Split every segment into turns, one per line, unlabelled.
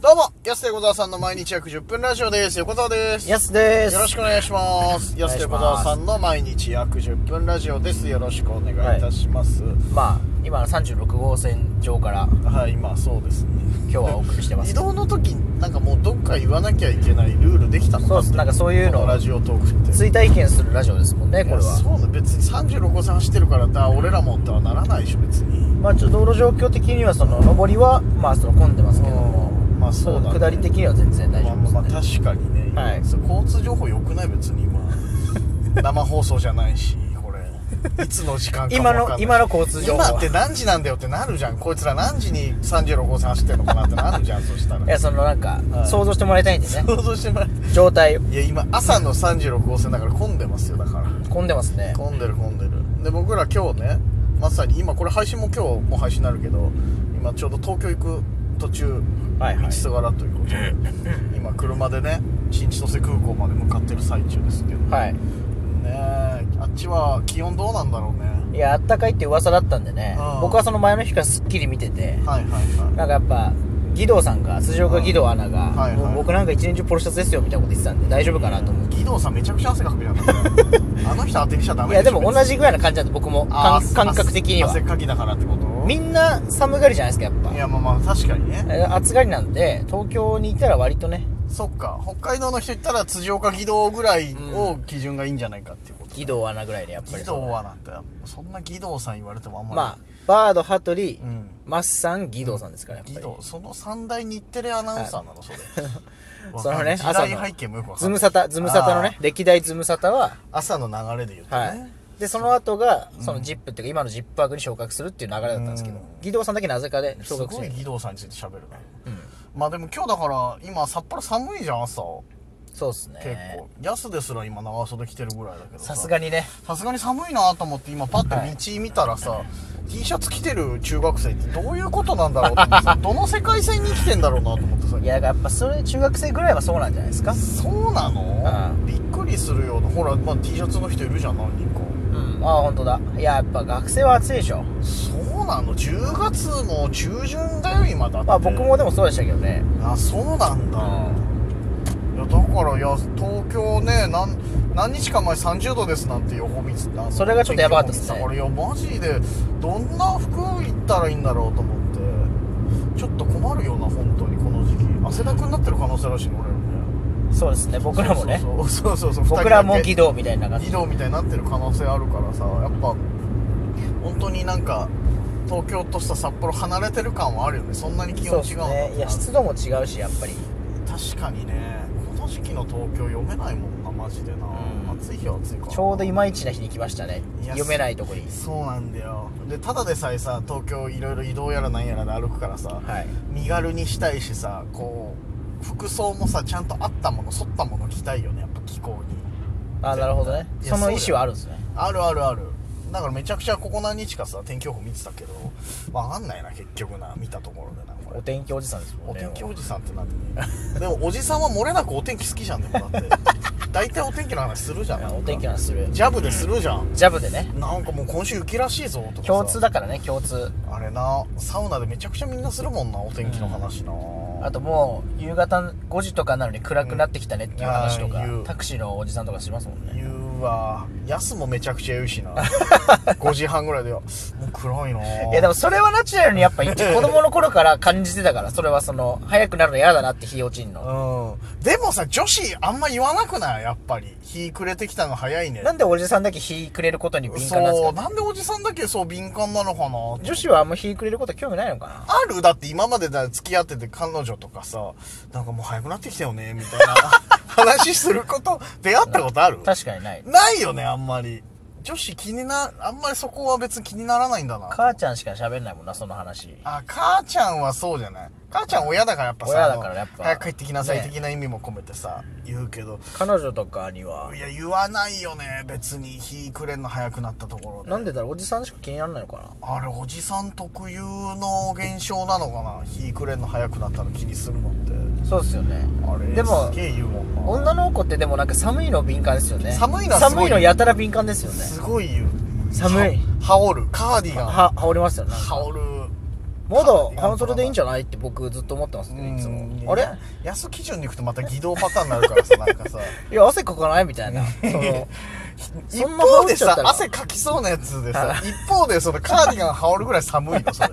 どうも、安手小沢さんの毎日約10分ラジオです。横澤です。
やすです
よろしくお願いします。
願いします
安手小沢さんの毎日約10分ラジオです。よろしくお願いいたします。はい、
まあ今の36号線上から
今そうですね。
今日はお送りしてま
移
す
動の時、なんかもうどっか言わなきゃいけないルールできたのか
そうですなんかそういうの
こラジオトークって。
追体験するラジオですもんねこれ
いや
は
そうだ、別に36号線走ってるからだ、俺らもってはならないでしょ、別に。
まあちょっと道路状況的にはその上りはまあその混んでますけども
うんまあそうだね
の下り的には全然大
まあ、
丈夫です、ね
まあ確かにね、
はい
そう交通情報よくない別に 今生放送じゃないしこれいつの時間かも
今
わか
の
んない
今の交通情報
今っ
は
て何時なんだよってなるじゃんこいつら何時に36号線走ってんのかなってなるじゃんそした
い
ら
やそのなんか、
はい
想像してもらいたいんでね
想像してもらっ
状態
ていや今朝の36号線だ から混んでますよだから
混んでますね
混んでる混んでるで僕ら今日ねまさに今これ配信も今日もう配信になるけど今ちょうど東京行く途中
はいはい
道すがらということで今車でね新千歳空港まで向かってる最中ですけどね
はい
えあっちは気温どうなんだろうね
いやあったかいって噂だったんでね
うん
僕はその前の日から『スッキリ』見てて
はいはいは
なんかやっぱ義堂さんが辻岡義堂アナが、
うんはいはい
もう僕なんか一年中ポロシャツですよみたいなこと言ってたんで大丈夫かなと思っ
い
て、
義堂さんめちゃくちゃ汗かくじゃんあの人当てにしちゃダメ
いやでも
しょ
同じぐらいな感じなんで僕も
あー
感感覚的には
汗汗かきだからってこと
みんな寒がりじゃないですか
い
やっ
やまあまあ確かに
ぱ
ね
え暑がりなんで東京にいたら割とね
そっか北海道の人言ったら辻岡義堂ぐらいを基準がいいんじゃないかっていうこと、
義堂アナぐらいでやっぱり
義堂はなんてそんな義堂さん言われてもあんまり
まあバード羽鳥、
うん
マッサン義堂さんですからやっぱり
義堂その三大日テレアナウンサーなのそれ
そのね
時
朝
代
の
背景もよくわか
ズ
んな
ム
い
サタズムサタのね歴代ズムサタは
あー朝の流れで言うと
はい、
ね
でその後がそのジップっていうか今のジップワークに昇格するっていう流れだったんですけど
うん
義堂さんだけなぜかです昇格し
ご
て
い
る
義堂さんについて喋るな
うん
まあでも今日だから今札幌寒いじゃん朝
そうっす
結
ね
構ヤスですら今長袖着てるぐらいだけど
さすが
に
にね
さすがに寒いなと思って今パッと道見たらさ、T シャツ着てる中学生ってどういうことなんだろうと思 ってさどの世界線に生きてんだろうなと思ってさ
いややっぱそれ中学生ぐらいはそうなんじゃないですか
そうなの
う
びっくりするようなほら、まあ、T シャツの人いるじゃん何人か
うんああ本当だいややっぱ学生は暑いでしょ
そうなの10月も中旬だよ今だって
まあ僕もでもそうでしたけどね
あそうなんだ、いやだからいや東京ねなん何日か前30度ですなんて予報見てた
それがちょっとやばかったっすね
これいやマジでどんな服行ったらいいんだろうと思ってちょっと困るよな本当にこの時期汗だくになってる可能性あるしね俺らね
そうですね僕らもね
そうそうそうそうそう
僕らも義
義
堂みたいな感じ
堂みたいになってる可能性あるからさやっぱ本当になんか東京とさ札幌離れてる感はあるよねそんなに気
そう
温
っ
違
す
うんだって
ねいや湿度も違うしやっぱり
確かにねこの時期の東京読めないもんなマジでな、
うん
暑い日は暑いから
ちょうどいまいちな日に来ましたね
いや
読めないとこに
そうなんだよでただでさえさ東京いろいろ移動やらなんやらで歩くからさ、
はい
身軽にしたいしさこう服装もさちゃんとあったもの沿ったもの着たいよねやっぱ気候に
ああなるほどね
いや
その意思はあるんですね
あるあるあるだからめちゃくちゃここ何日かさ天気予報見てたけどわかんないな結局な見たところでなこれ
お天気おじさんですも
お
んね
天気おじさんってなん ででもおじさんは漏れなくお天気好きじゃんでもだ って大体お天気の話するじゃん
い
な
や
んか
お天気なんかする
ジャブでするじゃん
ジャブでね
なんかもう今週雪らしいぞとかさ
共通だからね共通
あれなサウナでめちゃくちゃみんなするもんなお天気の話な、
あともう夕方5時とかなのに暗くなってきたねっていう話とか、
うんあー言う
タクシーのおじさんとかしますもんね
言うわやすもめちゃくちゃ言う しな5時半ぐらいでもう暗いない
やでもそれはナチュラルにやっぱ一子供の頃から感じてたからそれはその早くなるの嫌だなって日落ちんの、
うんでもさ女子あんま言わなくないやっぱり日暮れてきたの早いね
なんでおじさんだけ日暮れることに敏感なんです
そ
か
うなんでおじさんだけそう敏感なのかな
女子はあんま日暮れること興味ないのかな
あるだって今までだ付き合ってて彼女とかさ、なんかもう早くなってきたよね、みたい な話すること、出会ったことある
確かにない
ないよね、あんまり。女子気にな、あんまりそこは別に気にならないんだな。
母ちゃんしか喋んないもんなその話
あ、母ちゃんはそうじゃない母ちゃん親だからやっぱさ、
親だからやっぱ
あの早く帰ってきなさい
ね
的な意味も込めてさ、言うけど、
彼女とかにはい
や、言わないよね、別に日暮れんの早くなったところで。
なんでだろうおじさんしか気にならないのかな
あれ、おじさん特有の現象なのかな日暮れんの早くなったの気にするのって。
そうっすよね
あれ
でも
すげえ言うもんな
女の子ってでもなんか寒いの敏感ですよね
寒いのはすごい
寒いのやたら敏感ですよね
すごい言う
寒い
は羽織るカーディガン
は羽織りますよなんか
羽織る
まだ半袖でいいんじゃないって僕ずっと思ってますけど、いつ
うん
も。あれ
や安基準に行くとまた偽動パターンになるから さなんかさ
いや、汗かかないみた いな。その、
一
そんな羽
方
織
で
っちゃっ
さ
たら
汗かきそうなやつで さ一方でそのカーディガン羽織るぐらい寒いのそれ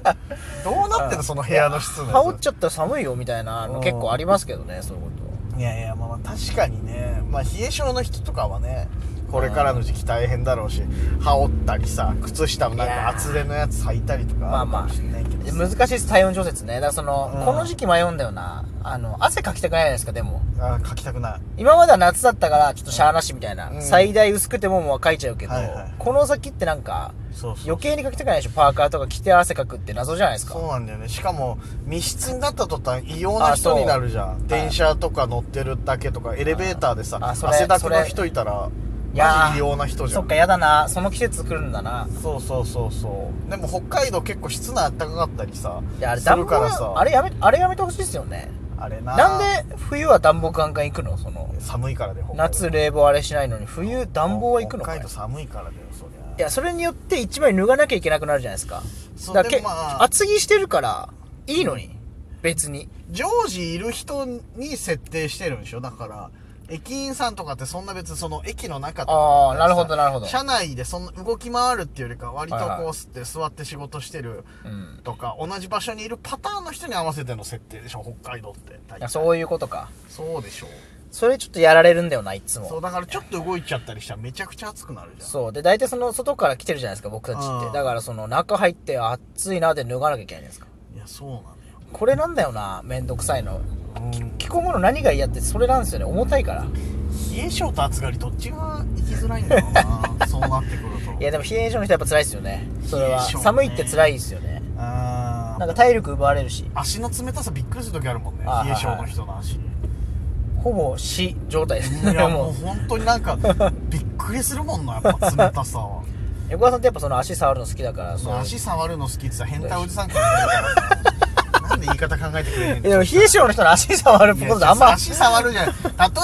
どうなってんのその部屋の室の
羽織っ
や
ちゃったら寒いよみたいな
う
の
ん
結構ありますけどね、そういうこ
ついやいやまあまあ確かにねまあ冷え性の人とかはねこれからの時期大変だろうし羽織ったりさ靴下もなん
いや
か
ー
厚手のやつ履いたりとか
ま
あ
あ
る
まあ
かもしんないけど
と。
さ
難しいです、体温調節ね。だからその、
うん
この時期迷うんだよな。あの、汗かきたくないじゃないですか、でも。
あー書きたくない
今までは夏だったから、ちょっとしゃーなしみたいな。
うん
最大薄くてももうかいちゃうけど、
はいはい
この先ってなんか、
そうそう
余計にかきたくないでしょ、パーカーとか着て汗かくって謎じゃないです
そう
か。
なんだよねしかも密室になった途端異様な
あ
人
そう
になるじゃん電車とか乗ってるだけとかエレベーターでさ
あそれ
汗だく
そ
の
れ
人いたら
いやー
マジ異様な人じゃ
そっ
ん
か、やだな。その季節来るんだな。
そうそうそうそうでも北海道結構室内あったかかったりさ
いや、あれ
す
暖
る
房
からさ、
あれやめ、あれやめてほしいですよね。
あれな
なんで冬は暖房ガンガン行くのその、
寒いからで北海道
夏冷房あれしないのに、冬暖房は行くの
北
かい
海道寒いからだよそりゃ
いや、それによって一枚脱がなきゃいけなくなるじゃないですか。
そう
だからけ
でもまあ
厚着してるから、いいのに。別に。
常時いる人に設定してるんでしょだから駅員さんとかってそんな別にその駅の中とか
あーなるほどなるほど
車内でそんな動き回るっていうよりか割とこう
はいはい
吸って座って仕事してる
うん。
とか、同じ場所にいるパターンの人に合わせての設定でしょ北海道って大
い
体
やそういうことか。
そうでしょ
それちょっとやられるんだよな、いつ
そう
も。
だからちょっと動いちゃったりしたらめちゃくちゃ暑くなるじゃん
そう。で、大体その外から来てるじゃないですか、僕たちっ
うん
て。だからその中入って暑いなで脱がなきゃいけないじゃないですか。
いやそうなのよ
これなんだよな、めんどくさいの。
うん
着込むの何が嫌ってそれなんですよね。重たいから。
冷え性と暑がりどっちが生きづらいんだろうなそうなってくると
いやでも冷え性の人はやっぱ辛いですよね。それは。
冷え性ね
寒いって辛いですよね。
あー
なんか体力奪われるし、
足の冷たさびっくりする時あるもんね
あー
冷え性
はい
の
はい
人の足
ほぼ死状態です
い
ね。
や
も
も
う
う。本当になんかびっくりするもんなやっぱ冷たさは
横川さんってやっぱその足触るの好きだから、そ
そうう足触るの好きってさ変態おじさんからさなんで言い方考えてくれへん
いやでも冷え性の人 の足触る
い
こ
や
とあんま、
足触るじゃん例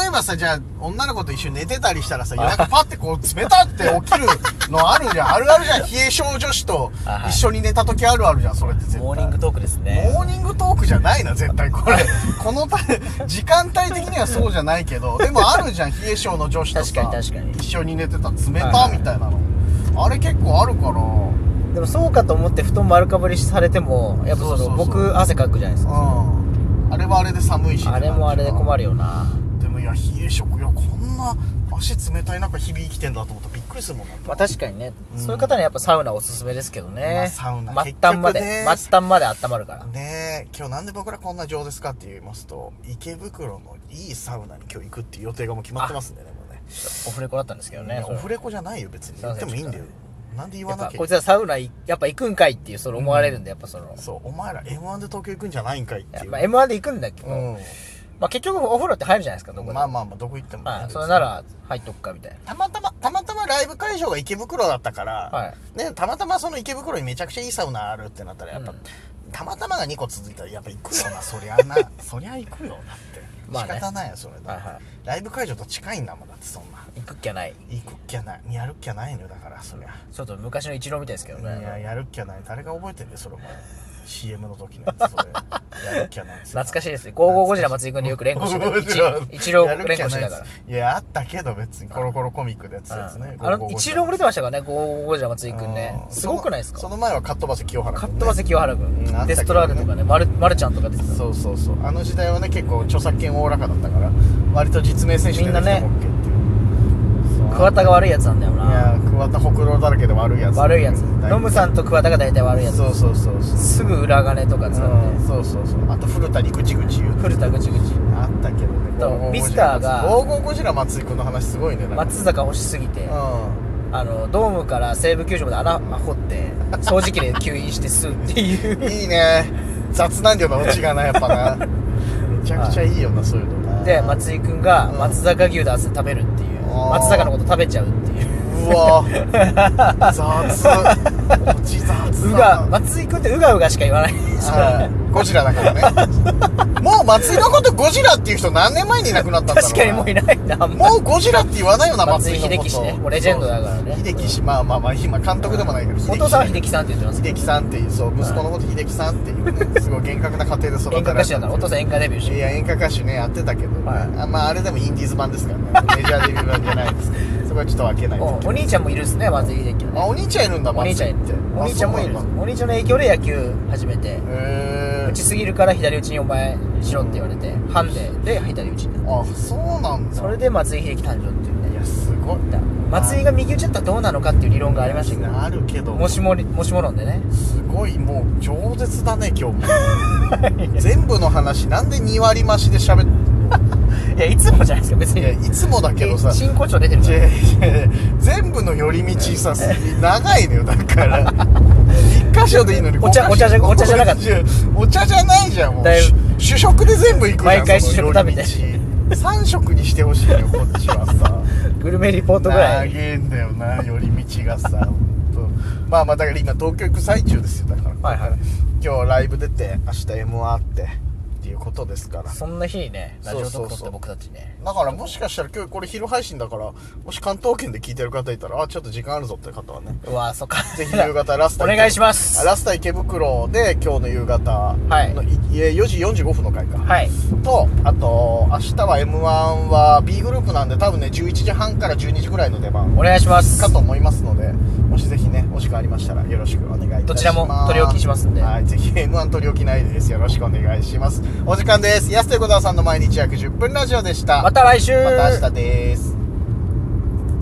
えばさじゃあ女の子と一緒に寝てたりしたらさ夜中パッてこう冷たって起きるのあるじゃんあるあるじゃん冷え性女子と一緒に寝た時あるあるじゃんそれって絶対
モーニングトークですね。
モーニングトークじゃない な絶対これこのた時間帯的にはそうじゃないけ どでもあるじゃん冷え性の女子とさ
確かに確かに
一緒に寝てた冷
はい
た
はい
みたいなの、あれ結構あるからう
でもそうかと思って布団丸かぶりされても、やっぱその
そうそうそう
僕汗かくじゃないですか。
んあれはあれで寒いし
あれもあれで困るよな。
でもいや冷え性いやこんな足冷たい中日々生きてんだと思ったらびっくりするもんな
まあ確かにね、
うん
そういう方にはやっぱサウナおすすめですけどね。
まあサウナ
末端まで、
結局ね
末端まで温まるから。
ねえ今日なんで僕らこんな情ですかって言いますと池袋のいいサウナに今日行くっていう予定がもう決まってますんでねもうね
オフレコだったんですけどね。そ
オ
れ
フレコじゃないよ別に
すい
言
ま
って
せん
もいいんだよなんで言わ
やっ
な
ぱ
きゃ
こいつはサウナいやっぱ行くんかいっていうそれ思われるんで、やっぱその、
そうお前ら m 1で東京行くんじゃないんかいっていう
まあ M1 で行くんだけど、
う
まあ結局お風呂って入るじゃないですか、どこで
ん
も。
まあまあまあどこ行ってもね
はい、それなら入っとくかみたいな。
たまたまたまたまライブ会場が池袋だったから、
は
ね、たまたまその池袋にめちゃくちゃいいサウナあるってなったらやっぱ、
うん
たまたまが2個続いたらやっぱ行くよなそりゃ なそりゃ行くよだって、
まあね
仕方ないよそれだって、
はいはい
ライブ会場と近いんだもんだってそんな
行くっきゃない。
行くっきゃないやるっきゃないのよだからそりゃ
ちょっと昔の一郎みたいですけど
いや
ね。
やるっきゃない誰が覚えてんだよそれも CM の時のやつそれやるっきゃない
懐かしいですね。
懐
555
かし
時
い
ら松井君によく連呼して
555じゃ
た。
ん
一郎
やる気
連呼
は
して
ない
た
です
か
いやあったけど別にコロコロコミックでやってたや
ら
つ。ね
うんあの、一郎も出てましたからね、555時ら松井君ね。すごくないです
そ
か
の前はカットバス清原
カ
君
ッ
ね
トバス清原
うんあ
君、
ったけどね
デストラーデとかね、マルマルちゃんとか出てた。
そうそうそうあの時代はね結構著作権おおらかだったから割と実名選手
みんなね
出てきても OK っていうそう
桑田が悪いやつなんだよ
い
な。
や桑田ほくろだらけで悪いやつ
悪いやつ。ノムさんと桑田が大体悪いやつ。
そうそうそうそう
すぐ裏金とか使
う
っ
んそうそうそうあと古田にぐちぐち言う
て、古田ぐちぐち。
あったけどね
とミスターが
55ゴジラ松井君の話すごいねなんか
松坂欲しすぎて
う、ん
あの、ドームから西部球場まで穴掘って、掃除機で吸引して吸うっていう。
いいね雑なんだよなオチがなやっぱなめちゃくちゃいいよなそういうのな
で松井君が
うん
松坂牛だ食べるっていう
あー
松坂のこと食べちゃうっていう
うわ雑オチ雑
う
だ
が松井君ってうがうがしか言わないですから
はいゴジラだからね。もう松井のことゴジラっていう人何年前にいなくなったんだろうな
確かにもういないな、あんま
もうゴジラって言わないよな、松
松
井
井
のこと。
秀喜氏ね。もうレジェンドだからね。
秀樹氏、まあまあまあ、今監督でもないけど、
お父さんは秀樹さんって言ってますけ
秀樹さんっていう、そう、息子のこと秀樹さんっていうね、すごい厳格な家庭で育て
ど。
られ
演
た
歌歌手だから、お父さん演歌デビュー
い
し
や、演歌歌手ね、やってたけど、
はい
あまあ、あれでもインディーズ版ですからね。メジャーデビュー版じゃないですけど、そこはちょっと分けない
お
と。
お兄ちゃんもいるっすね、松井秀喜は
あ、
ね。
お兄ちゃんいるんだ、
お
松井
兄ちゃんいる
って。
お兄ちゃんもいる
あ
っ
そうなんだ
すお兄ちゃんの影響で野球始めて、
へ
打ちすぎるから左打ちにお前しろって言われて、ハンデで左打ちになっ
えー。あ、そうなん
た。
だ。
それで松井秀喜誕生っていうね
い。や、すごい。
松井が右打ちだったらどうなのかっていう理論がありましたけど、
あるけど、
もしもり、もしも論でね。
すごい、もう、饒舌だね、今 日も。全部の話、なんで2割増しで喋っ
いや、いつもじゃないですか、別
て、いや、い
に。
つもだけどさ、
新校長出てるか
い
ら
やいやいや全部の寄り道さ、長いのよ、だから。一箇所でいいのに、
お茶
五箇所
お茶じゃお茶じゃなかった
お茶じゃないじゃん、もう
だい。
主主食で全部行くじゃん。
毎回
その
主食食べて
寄り道三食にしてほしいよ、こっちはさ。
グルメリポートぐ
長
らい。
えんだよな、寄り道がさ。ほんとまあまあ、だから今、東京行く最中ですよ、だから。
はいはい
今日ライブ出て、明日 M あって、っていうことですから。
そんな日にね、ラジオトーク撮っ
そうそうそ
て
う
僕たちね。
だからもしかしたら今日これ昼配信だから、もし関東圏で聞いてる方いたら、あ、ちょっと時間あるぞって方はね、
うわそっか。
ぜひ夕方ラスタ
お願いします
ラスタ池袋で今日の夕方の、
はい
いえ4時45分の回か、
はい。
とあと明日は m 1は B グループなんで多分ね11時半から12時ぐらいの出番
お願いします。
かと思いますのでもしぜひねお時間ありましたらよろしくお願いいたします
どちらも取り置きしますんで
はいぜひ m 1取り置きないですよろしくお願いしますお時間です安手小沢さんの毎日約10分ラジオでした
また来週
また明日です